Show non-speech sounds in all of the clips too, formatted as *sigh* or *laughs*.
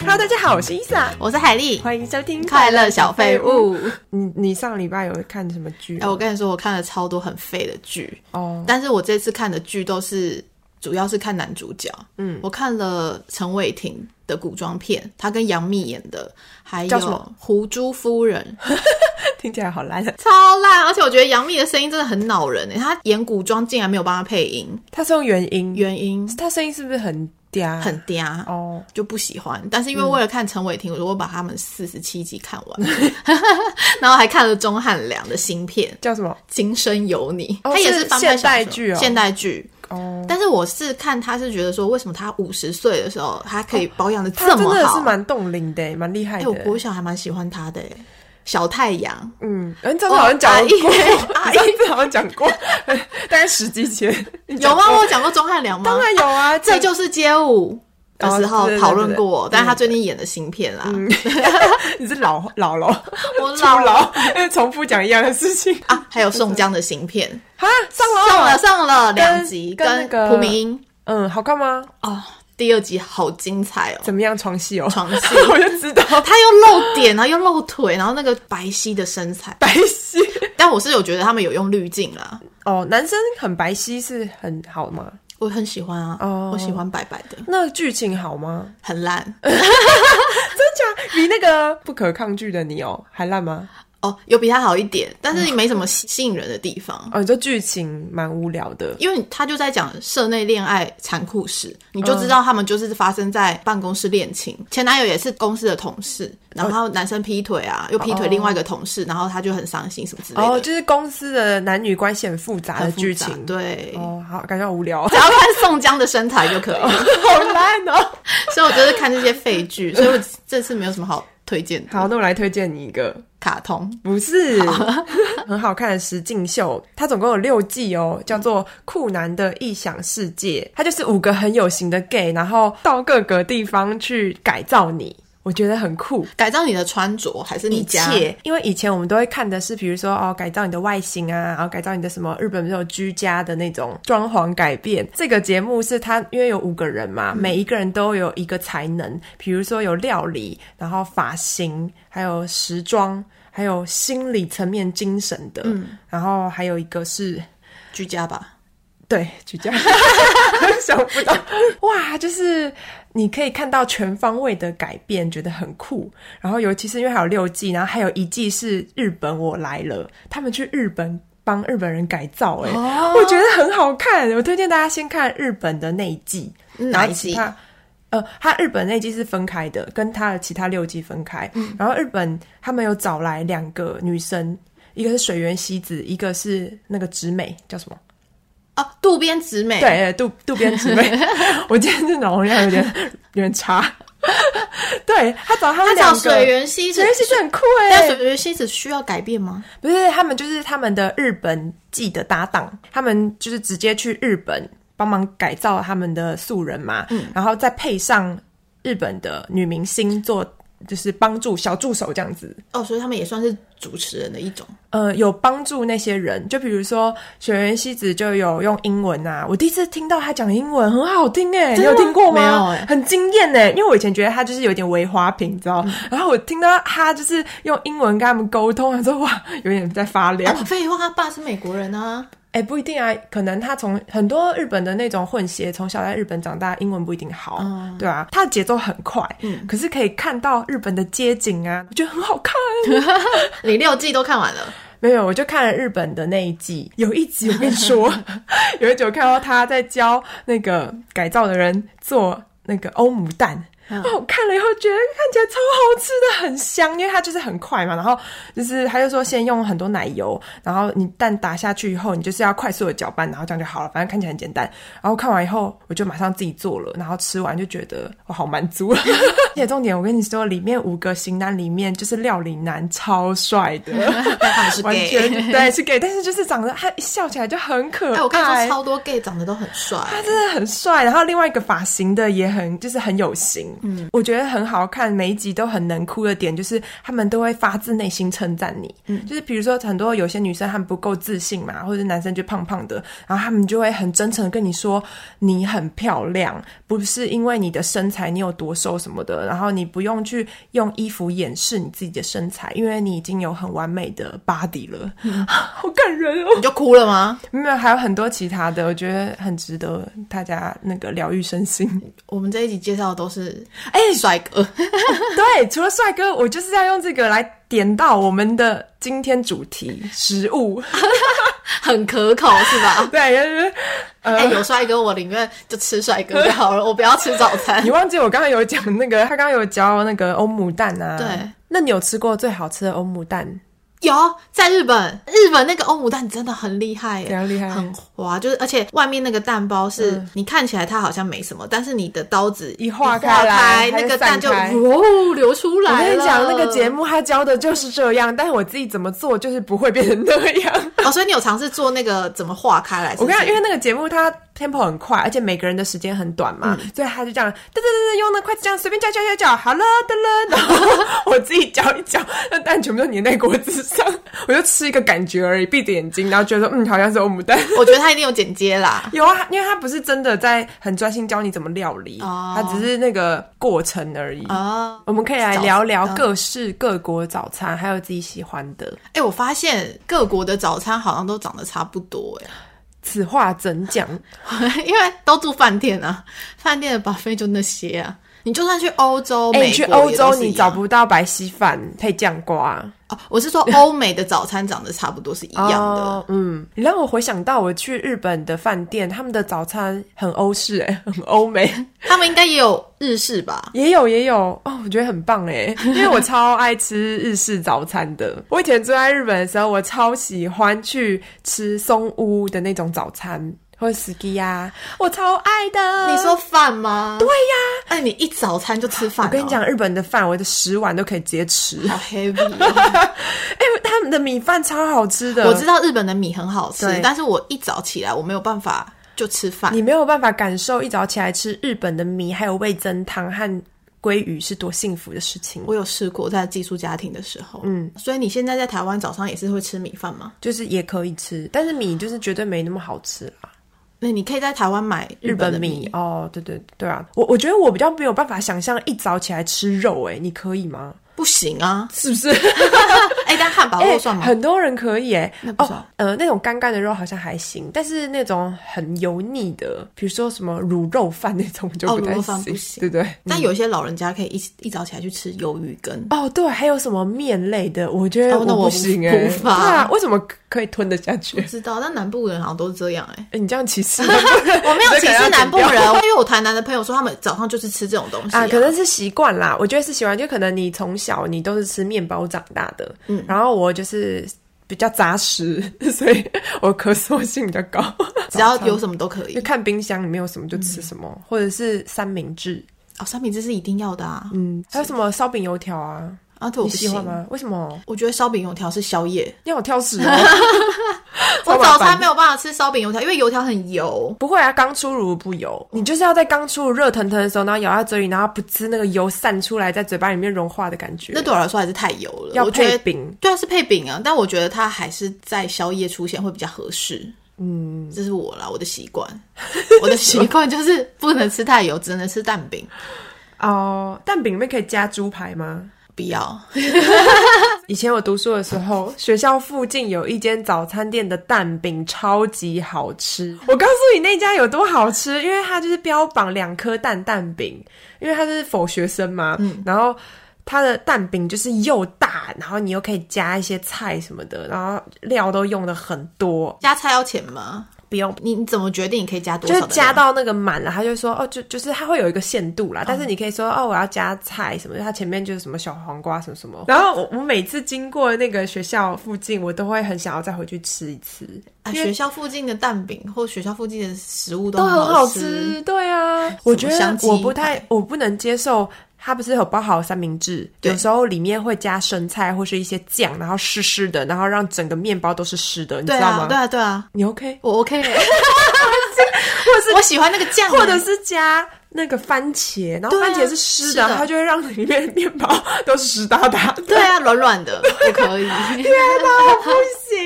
Hello，大家好，我是伊莎，我是海丽，欢迎收听《快乐小废物。你你上礼拜有看什么剧哎、？我跟你说，我看了超多很废的剧，哦，但是我这次看的剧都是主要是看男主角。嗯，我看了陈伟霆的古装片，他跟杨幂演的，还有叫什《么胡珠夫人》 *laughs* 听起来好烂。啊超烂，而且我觉得杨幂的声音真的很恼人诶，她演古装竟然没有帮她配音，他是用原音，原音他声音是不是很嗲？很嗲。哦，就不喜欢，但是因为为了看陈伟霆，我我把他们四十七集看完， *laughs* 然后还看了钟汉良的新片，叫什么？今生有你，哦他也是翻拍现代小说剧哦现代剧。哦，但是我是看他是觉得说，为什么他五十岁的时候，他可以保养的他这真么的好？是蛮冻龄的，蛮厉害哎、的我。国小还蛮喜欢他的、哎小太阳。嗯，哎，你上次好像讲阿姨过，哦阿 *laughs* 你姨上次好像讲过，大概十集前你有讲吗？过我有讲过钟汉良吗？当然有啊， *laughs* 这就是街舞的时哦候对对对讨论过，对对嗯但是他最近演的新片啦，你是老老了，我初老 *laughs* 了老，因为重复讲一样的事情啊，还有宋江的新片哈，上了上了上了跟两集，哦跟那跟个蒲明英嗯，好看吗？哦，第二集好精彩哦，怎么样，床戏哦？床戏 *laughs* 我就知道他又露点，啊然后又露腿，然后那个白皙的身材，白皙但我是有觉得他们有用滤镜啦， *laughs* 哦，男生很白皙是很好吗？我很喜欢啊，哦我喜欢白白的，那剧情好吗？很烂真假比那个不可抗拒的你哦还烂吗？哦，有比他好一点，但是没什么吸吸引人的地方，哦，你说剧情蛮无聊的，因为他就在讲社内恋爱残酷史，你就知道他们就是发生在办公室恋情，哦前男友也是公司的同事，然后男生劈腿啊，又劈腿另外一个同事，然后他就很伤心什么之类的，哦，就是公司的男女关系很复杂的很复杂剧情，，对。哦，好，感觉好无聊， *laughs* 只要看宋江的身材就可以了。好烂哦。 *laughs* 所以我就是看这些废剧，所以我这次没有什么好推荐的好，那我来推荐你一个，卡通。不是很好看的石敬秀，它总共有六季哦，叫做《酷男的异想世界》，它就是五个很有型的 gay，然后到各个地方去改造你，我觉得很酷。改造你的穿着还是你一家？切，因为以前我们都会看的是，比如说哦，改造你的外形啊，然后改造你的什么日本那种居家的那种装潢改变。这个节目是它因为有五个人嘛，嗯每一个人都有一个才能，比如说有料理，然后发型，还有时装，还有心理层面精神的，嗯然后还有一个是居家吧。对，举家想不到 *laughs* 哇，就是你可以看到全方位的改变，觉得很酷。然后尤其是因为还有六季，然后还有一季是日本我来了，他们去日本帮日本人改造、哎、我觉得很好看。我推荐大家先看日本的那一季，然哪后一其季？他。呃，它日本那季是分开的，跟它的其他六季分开。然后日本他们有找来两个女生，一个是水原希子，一个是那个直美，叫什么？啊，渡边直美。，对，对渡渡边直 *laughs* 美，我今天这脑容量有点 *laughs* 有点差。对他找他他们找两水个，原希子水，原希子很酷但哎、水原希子需要改变吗？不是他们就是他们的日本记的搭档，他们就是直接去日本帮忙改造他们的素人嘛，嗯然后再配上日本的女明星做就是帮助小助手这样子，哦，所以他们也算是主持人的一种。呃，有帮助那些人，就比如说水原希子就有用英文啊，我第一次听到她讲英文，很好听哎、你真有的吗听过吗？没有欸很惊艳哎，因为我以前觉得她就是有点微花瓶，你知嗯道，然后我听到她就是用英文跟他们沟通，我说哇，有点在发凉。啊废话，他爸是美国人啊。哎、不一定啊，可能他从很多日本的那种混血，从小在日本长大，英文不一定好，嗯对啊，他的节奏很快，可是可以看到日本的街景啊，我觉得很好看。你六季都看完了，没有，我就看了日本的那一季，有一集我跟你说，有一集我看到他在教那个改造的人做那个欧姆蛋。哦，我看了以后觉得看起来超好吃的，很香，因为它就是很快嘛。然后就是他就说先用很多奶油，然后你蛋打下去以后，你就是要快速的搅拌，然后这样就好了。反正看起来很简单。然后哦看完以后，我就马上自己做了，然后吃完就觉得我好满足。 *laughs* 而且重点，我跟你说，里面五个型男里面就是料理男超帅的。但他们是完 gay。 *laughs* 全对是 gay，但是就是长得他一笑起来就很可爱。哎，我跟你说，超多 gay 长得都很帅。他真的很帅，然后另外一个发型的也很就是很有型，嗯，我觉得很好看，每一集都很能哭的点就是他们都会发自内心称赞你，嗯，就是比如说很多有些女生她们不够自信嘛，或者是男生就胖胖的，然后他们就会很真诚的跟你说你很漂亮，不是因为你的身材你有多瘦什么的，然后你不用去用衣服掩饰你自己的身材，因为你已经有很完美的 body 了， *laughs* 好感人哦。你就哭 *laughs* 了吗？没有，还有很多其他的，我觉得很值得大家那个疗愈身 *laughs* 心。我们这一集介绍的都是哎帅哥，对，除了帅哥，我就是要用这个来点到我们的今天主题食 *laughs* 物。很可口是吧？对，就是呃，哎、有帅哥，我宁愿就吃帅哥 *laughs* 就好了，我不要吃早餐 *laughs* 你。忘记我刚刚有讲那个，他刚刚有教那个欧姆蛋啊。对，那你有吃过最好吃的欧姆蛋？有在日本，日本那个欧姆蛋真的很厉害怎耶，样厉害？很滑，就是而且外面那个蛋包是、嗯你看起来它好像没什么，但是你的刀子一划划开来那它个蛋就就散开哦流出我来跟你讲，了那个节目他教的就是这样，但是我自己怎么做就是不会变成那样。哦，所以你有尝试做那个怎么化开来是我不跟是？你讲，因为那个节目它 tempo 很快，而且每个人的时间很短嘛，所以他就这样，对对对对，用那筷子这样随便搅搅搅搅，好了的了，然后我自己搅一搅，那蛋全部都粘在锅子上，我就吃一个感觉而已，闭着眼睛，然后觉得说嗯，好像是欧姆蛋。我觉得他一定有剪接啦。 *laughs* 有啊，因为他不是真的在很专心教你怎么料理，哦他只是那个过程而已。哦，我们可以来早聊聊嗯各式各国早餐，还有自己喜欢 *laughs* 的。哎、我发现各国的早餐好像都长得差不多此话怎 *laughs* 讲？哎， *laughs* 因为都住饭店啊，饭店的 buffet 就那些啊。你就算去欧洲、哎、美你去国欧也都洲是一你样找不到白稀饭配酱瓜。哦，我是 *laughs* 说欧美的早餐长得差不多是一样的。哦嗯，你让我回想到我去日本的饭店，他们的早餐很欧式、 *laughs* 哎，很欧美，他们应该也有日式吧？也有也有哦，我觉得很棒 *laughs* 哎、因为我超爱吃日式早餐的。我以前住在日本的时候，我超喜欢去吃松屋的那种早餐，或者 ski 呀，我超爱的。你说饭吗？对呀、哎、你一早餐就吃饭、哦我跟你，讲，日本的饭，我的十碗都可以直接 *laughs* 吃。好 heavy 哦、哎、他们的米饭超好吃的，我知道日本的米很好吃对，但是我一早起来我没有办法就吃饭。你没有办法感受一早起来吃日本的米，还有味增汤和鲑鱼是多幸福的事情。我有试过在寄宿家庭的时候，嗯，所以你现在在台湾早上也是会吃米饭吗？就是也可以吃，但是米就是绝对没那么好吃啦。那你可以在台湾买日本的本米哦，对对对啊，我我觉得我比较没有办法想象一早起来吃肉、哎，你可以吗？！不行啊是不是？ *laughs* 哎、但汉堡哎、肉算吗？很多人可以哎、不算哦，呃，那种干干的肉好像还行，但是那种很油腻的，比如说什么卤肉饭那种，我就哦不太卤行，肉饭不行对不对？但有一些老人家可以一起一早起来去吃鱿鱼羹，哦，对，还有什么面类的，我觉得哦那我不无行哎、无对法啊，为什么可以吞得下去？ *laughs* 知道？但南部人好像都是这样哎、哎你这样歧视南部人？ *laughs* 我没有这歧可能要剪视南部掉人，因为我台南的朋友说他们早上就是吃这种东西、啊，可能是习惯啦。我觉得是习惯，就可能你从小你都是吃面包长大的，嗯，然后我就是比较杂食， *laughs* 所以我咳嗽性比较高。只要有嗯什么都可以就。看冰箱里面有什么就吃什么，或者是三明治，哦，三明治是一定要的啊。嗯，还有什么烧饼油条啊，啊，对，我你不喜欢行。吗？为什么？我觉得烧饼油条是宵夜，，你好挑食哦我超麻早烦餐没有办法吃烧饼油条，因为油条很油。不会啊，刚出炉不油，你就是要在刚出炉热腾腾的时候，然后咬在嘴里，然后噗呲那个油散出来，在嘴巴里面融化的感觉。那对我来说还是太油了。要我觉配得饼，对啊，是配饼啊，但我觉得它还是在宵夜出现会比较合适。嗯，这是我啦，我的习惯，我 *laughs* 的习惯就是不能吃太油，只能吃蛋饼。哦、蛋饼里面可以加猪排吗？不要，以前我读书的时候，学校附近有一间早餐店的蛋饼超级好吃。我告诉你那家有多好吃，因为它就是标榜两颗蛋蛋饼，因为它是否学生嘛，然后。它的蛋饼就是又大，然后你又可以加一些菜什么的，然后料都用的很多，加菜要钱吗？不用你你怎么决定你可以加多就少的是量？加到那个满了，他就说哦，就就是它会有一个限度啦，但是你可以说哦，我要加菜什么的，它前面就是什么小黄瓜什么什么。然后我我每次经过那个学校附近，我都会很想要再回去吃一次，啊，因为学校附近的蛋饼或学校附近的食物都都很好吃。吃。对啊，我觉得香鸡我不太排我不能接受。它不是有包好三明治，对有时候里面会加生菜或是一些酱，然后湿湿的，然后让整个面包都是湿的，你知对道吗？啊，对啊，对啊， *laughs* 你 OK，我 OK，或者是我喜欢那个酱，欸或者是加那个番茄，然后对啊番茄是湿的，是的它就会让里面的面包都湿哒哒的。对啊，软软的也可 *laughs* 以。不行，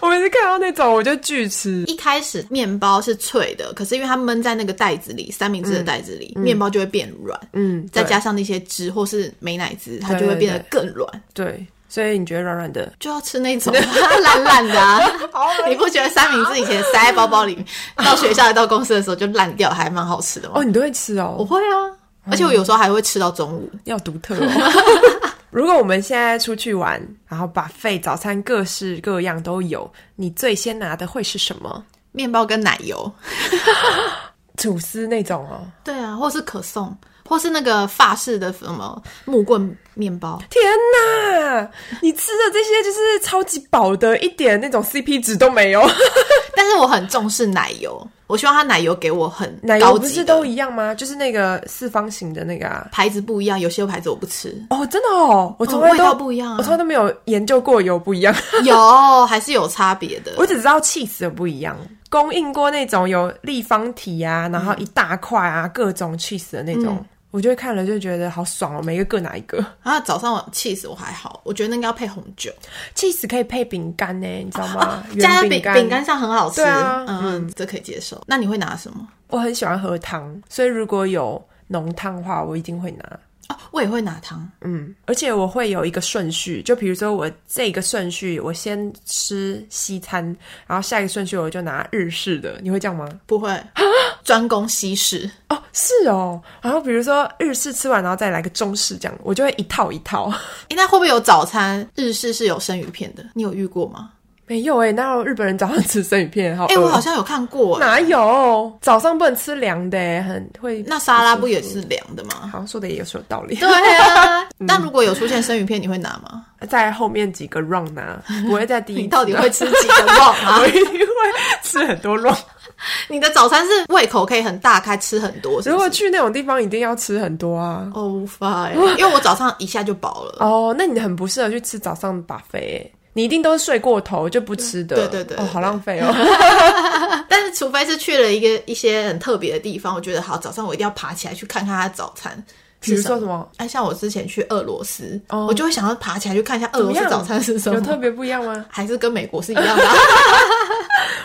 我每次看到那种我就拒吃。一开始面包是脆的，可是因为它闷在那个袋子里，三明治的袋子里，面包就会变软。嗯，再对加上那些汁或是美乃滋，它对就会对变得对更软。对，所以你觉得软软的，就要吃那种烂烂的、 *laughs* 啊，你不觉得三明治以前塞在包包里，到学校到公司的时候就烂掉，还蛮好吃的吗？哦，你都会吃嗯我哦，会啊，而且我有时候还会吃到中午。要独特哦。 *laughs* 如果我们现在出去玩，然后把费早餐各式各样都有，你最先拿的会是什么？面包跟奶油，吐司那种哦。对啊，或是可颂，或是那个法式的什么木棍面包，天哪，你吃的这些就是超级饱的，一点那种 CP 值都没有。但是我很重视奶油，我希望它奶油给我很奶油高不级是的都一样吗？就是那个四方形的那个啊。，牌子不一样，有些牌子我不吃哦，真的哦，我从嗯来味都、道不一样啊我从来都没有研究过有不一样。有还是有差别的。我只知道 cheese 的不一样，供应过那种有立方体啊，然后一大块啊，各种 cheese 的那种，我就看了就觉得好爽哦，每个各拿一个然后早上我 cheese 我还好，我觉得那应该要配红酒， cheese 可以配饼干呢，你知道 *laughs* 吗？圆加在饼饼饼干上很好吃，对啊嗯，这可以接受。那你会拿什么？我很喜欢喝汤，所以如果有浓汤的话，我一定会拿。哦，我也会拿汤，嗯，而且我会有一个顺序，就比如说我这个顺序，我先吃西餐，然后下一个顺序我就拿日式的，你会这样吗？不会专攻西式。哦，是哦。然后比如说日式吃完，然后再来个中式，这样我就会一套一套。 *laughs* 诶那会不会有早餐日式是有生鱼片的？你有遇过吗？没有哎、那日本人早上吃生鱼片，好饿。哎、我好像有看过、诶哪有早上不能吃凉的、欸，很会。那沙拉不也是凉的吗？好像说的也有是有道理，对啊， *laughs* 但如果有出现生鱼片，你会拿吗？ *laughs* 在后面几个 round 拿，不会在第一 *laughs* 次啊。你到底会吃几个肉啊我？一定会吃很多 *laughs* 肉。你的早餐是胃口可以很大开，吃很多是如不果是？去那种地方，一定要吃很多啊。哦，无法耶，因为我早上一下就饱了。哦，那你很不适合去吃早上 buffet，欸你一定都是睡过头就不吃的。对对对对哦，好浪 *laughs* 费哦。但是除非是去了一个一些很特别的地方，我觉得好，早上我一定要爬起来去看看它的早餐。比如说什么，哎，像我之前去俄罗斯，哦我就会想要爬起来去看一下俄罗斯怎么样早餐是什有特么，别不一样吗？还是跟美国是 *laughs* 一样的啊、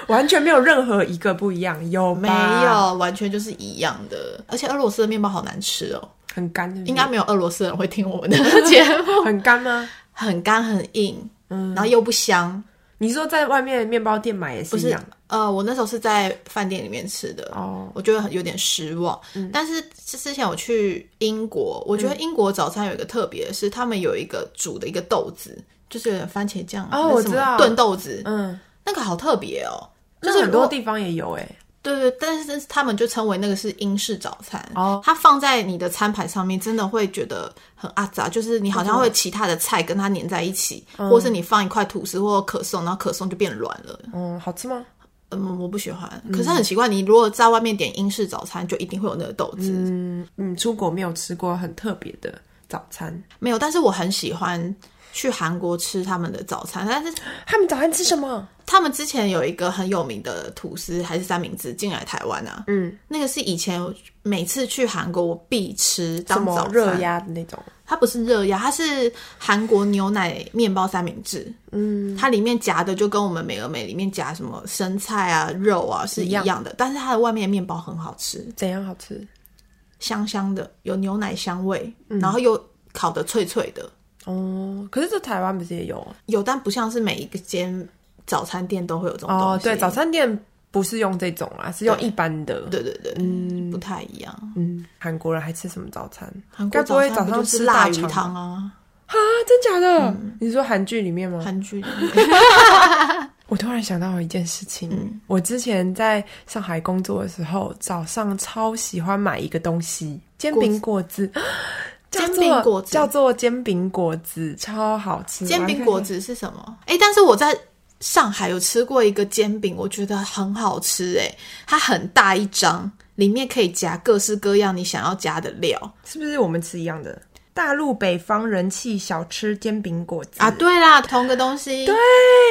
完全没有任何一个不一样，有吧没，有，完全就是一样的。而且俄罗斯的面包好难吃哦，很干是不是应该没有俄罗斯人会听我们的节目， *laughs* 很干吗？很干很硬，嗯然后又不香。你说在外面面包店买也是一样呃，我那时候是在饭店里面吃的，哦，嗯我觉得很有点失望。但是之之前我去英国，我觉得英国早餐有一个特别的是，他们有一个煮的一个豆子，就是有点番茄酱哦还是我知什么道炖豆子，嗯，那个好特别哦。就就是是如很多果地方也有哎，对对，但是他们就称为那个是英式早餐哦它放在你的餐盘上面，真的会觉得很阿杂，就是你好像会其他的菜跟它粘在一起，或是你放一块吐司或可颂，然后可颂就变软了。嗯，好吃吗？嗯，我不喜欢。可是很奇怪，你如果在外面点英式早餐，就一定会有那个豆子，嗯，出国没有吃过很特别的早餐，没有。但是我很喜欢去韩国吃他们的早餐，但是他们早餐吃什么？他们之前有一个很有名的吐司还是三明治进来台湾啊，嗯，那个是以前我每次去韩国我必吃什当早么餐热压的那种？它不是热压，它是韩国牛奶面包三明治。嗯，它里面夹的就跟我们美而美里面夹什么生菜啊、肉啊是一样的，但是它的外面的面包很好吃，怎样好吃？香香的，有牛奶香味，嗯然后又烤的脆脆的，哦，可是这台湾不是也有啊有但不像是每一个间早餐店都会有这种东哦？西。对，早餐店不是用这种啊，是用一般的。对对对，嗯，不太一样。嗯，啊韩国人还吃什么早餐？韩国该不会餐早不就上是吃辣大鱼肠汤啊，啊？真假的？你说嗯韩剧里面吗？韩剧。 *laughs* 我突然想到一件事情，我之前在上海工作的时候，早上超喜欢买一个东西——煎饼果子， *gasps* 叫做煎饼果子叫做煎饼果子，超好吃。煎饼果子是什么？哎、但是我在上海有吃过一个煎饼，我觉得很好吃、诶它很大一张，里面可以夹各式各样你想要加的料是不是我们吃一样的？大陆北方人气小吃煎饼果子啊。！对啦，同个东西，对，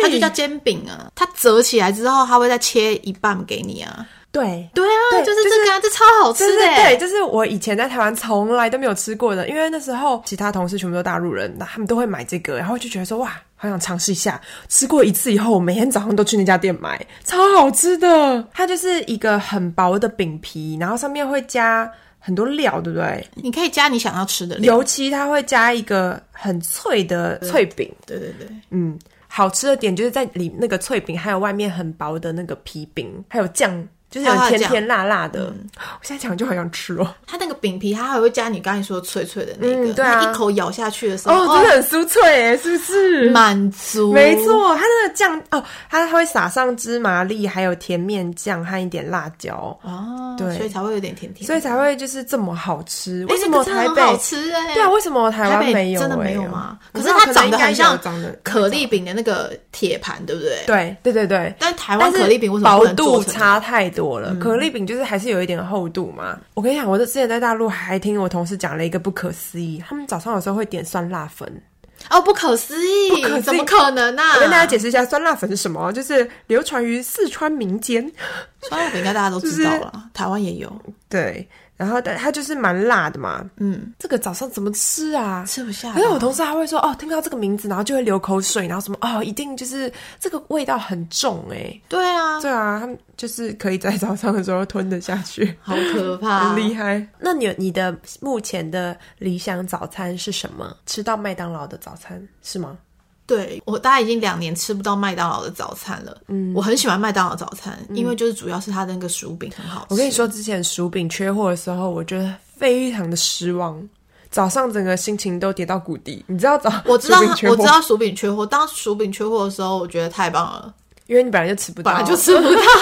它就叫煎饼啊。它折起来之后，它会再切一半给你啊。对。对啊，对就是就是这个啊，这超好吃对的对欸。对，就是我以前在台湾从来都没有吃过的，因为那时候其他同事全部都大陆人，那他们都会买这个，然后就觉得说哇，好想尝试一下。吃过一次以后，我每天早上都去那家店买，超好吃的。它就是一个很薄的饼皮，然后上面会加很多料，对不对？你可以加你想要吃的料。尤其它会加一个很脆的脆饼，对对对，嗯，好吃的点就是在里那个脆饼，还有外面很薄的那个皮饼，还有酱。就是还有它很的甜甜辣辣的，我现在讲就好想吃哦。它那个饼皮，它还会加你刚才说脆脆的那个，嗯对啊你一口咬下去的时候，哦哦，真的很酥脆哎，是不是？满足，没，错，它那个酱哦，它会撒上芝麻粒，还有甜面酱和一点辣椒，哦，对所以才会有点甜甜，所以才会就是这么好吃。哎为什么台那个真北的很好？吃哎、对啊，为什么台台湾北没有哎？真的没有吗？我可不是知道它长能应得该很像有长得可丽饼的那个铁盘，对不对？。对对对对。但台湾但是可丽饼为什么不薄能度做成？嗯差太多了，可丽饼就是还是有一点厚度嘛。我跟你讲，我之前在大陆还听我同事讲了一个不可思议，他们早上有时候会点酸辣粉，哦，不可思议，可思议怎么可能呢、啊？我跟大家解释一下，酸辣粉是什么，就是流传于四川民间。酸哦辣粉应该大家都知道了，台湾也有，对，然后但它就是蛮辣的嘛。嗯，这个早上怎么吃啊？吃不下吧。可是我同事他会说哦，听到这个名字，然后就会流口水，然后什么哦，一定就是这个味道很重哎、对啊，对啊，他们就是可以在早上的时候吞得下 *laughs* 去，好可怕，很厉害。那你你的目前的理想早餐是什么？吃到麦当劳的早餐是吗？对我大概已经两年吃不到麦当劳的早餐了。嗯，我很喜欢麦当劳早餐，因为就是主要是它的那个薯饼很好吃。嗯我跟你，说，之前薯饼缺货的时候，我觉得非常的失望，早上整个心情都跌到谷底。你知道早我知道薯它饼缺我货知道薯饼缺货，当薯饼缺货的时候，我觉得太棒哦了，因为你本来就吃不到，本来就吃不到。 *laughs*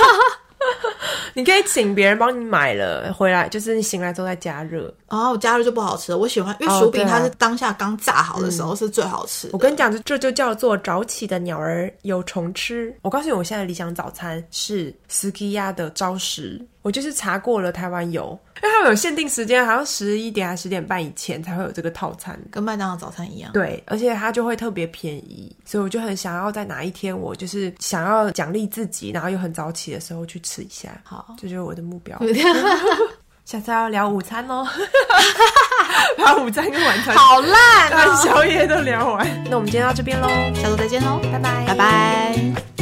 *laughs* 你可以请别人帮你买了回来，就是你醒来之后再加热。然后我加热就不好吃了。我喜欢，因为哦薯对饼啊嗯它是当下刚炸好的时候是最好吃的。我跟你讲，这就叫做早起的鸟儿有虫吃。我告诉你，我现在的理想早餐是斯基亚的朝食。我就是查过了台湾有，因为他们有限定时间，好像十一点还十点半以前才会有这个套餐。跟麦当劳早餐一样，对，而且它就会特别便宜，所以我就很想要在哪一天，我就是想要奖励自己，然后又很早起的时候去吃一下。好，这就是我的目标。下次要聊午餐哦，把午餐跟晚餐、 *laughs* 好烂晚 *laughs* 哦！宵夜都聊完。那我们今天到这边喽，下周再见喽，拜拜，拜。拜。